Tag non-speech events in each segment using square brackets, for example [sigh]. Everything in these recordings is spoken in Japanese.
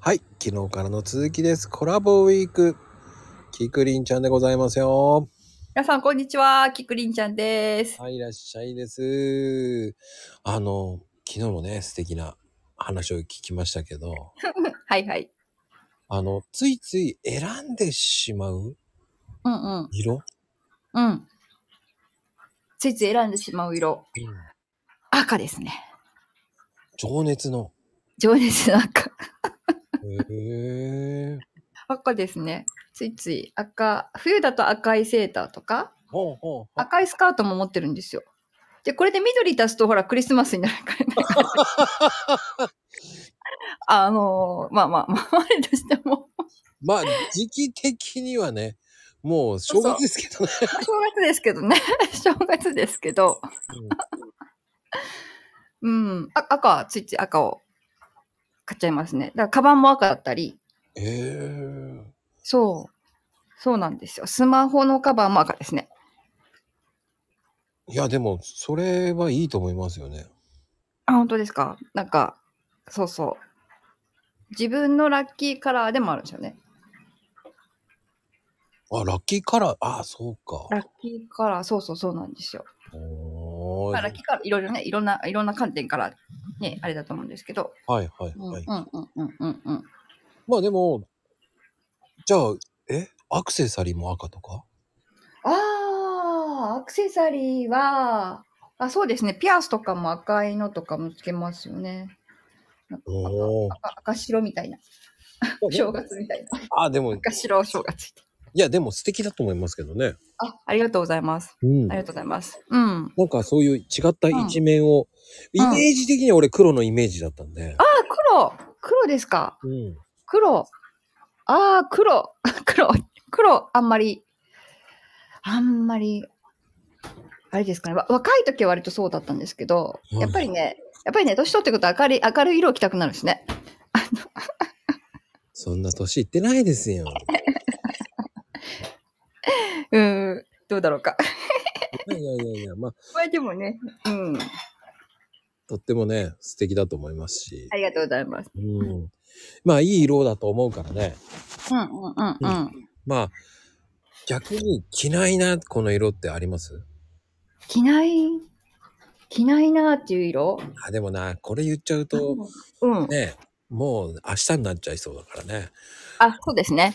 はい、昨日からの続きです。コラボウィーク。キクリンちゃんでございますよ。皆さん、こんにちは。きくりんちゃんです。はい、いらっしゃいです。あの、昨日もね、素敵な話を聞きましたけ [laughs] ど、はいはい。あの、ついつい選んでしまううんうん。色、うん。ついつい選んでしまう色。赤ですね。情熱 [laughs] の。情熱の赤。へえ。赤ですね。ついつい赤。冬だと赤いセーターとか、ほうほうほう。赤いスカートも持ってるんですよ。で、これで緑足すと、ほら、クリスマスになるからね。あのーまあまあ、まあ、我としても、まあ、時期的にはね、もう正月ですけどね。正月ですけどね。正月ですけど。うん、あ赤はついつい赤を買っちゃいますね。だから、カバンも赤だったり、へえ。そう、そうなんですよ。スマホのカバンも赤ですね。いや、でも、それはいいと思いますよね。あ、本当ですかなんか、そうそう。自分のラッキーカラーでもあるんですよね。あ、ラッキーカラー、あ、そうか。ラッキーカラー、そうそうそうなんですよ。おーまあ、ラッキーカラー、いろいろね、いろんな、いろんな観点から、ね、あれだと思うんですけど。はいはいうん、はい。うん、うん、うん、うんうん。まあでも、じゃあ、えアクセサリーも赤とかああ、アクセサリーは、あ、そうですね。ピアスとかも赤いのとかもつけますよね。なんかおー赤赤赤白みたいな。正月みたいな。あ、でも、い赤白正月。や、でも素敵だと思いますけどね。あ、ありがとうございます。うんありがとうございます。うん。なんかそういう違った一面を、イうんメージ的には俺黒のイメージだったんで。ああ、黒。黒ですか。うん。黒。ああ、黒。 [laughs] 黒。黒、あんまり。あんまり。あれですかね。わ若い時は割とそうだったんですけど、はいやっぱりね、やっぱりね、年取ってくると明るい、明るい色を着たくなるんですね。そんな年いってないですよ。うーん。どうだろ [laughs] うか。いやいやいやいや、まあ、まあでもね、うん。とってもね、素敵だと思いますしあ。りがとうございます。うん。まあ、いい色だと思うからね。うんうんうんうん。まあ、逆に着ないな、この色ってあります着ない、着ないなっていう色あ、でもな、これ言っちゃうと、うん。ね、もう明日になっちゃいそうだからね。あ、そうですね。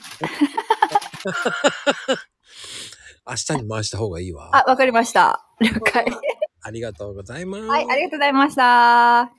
明日に回した方がいいわ。あ、わかりました。了解。ありがとうございます。はい、ありがとうございました。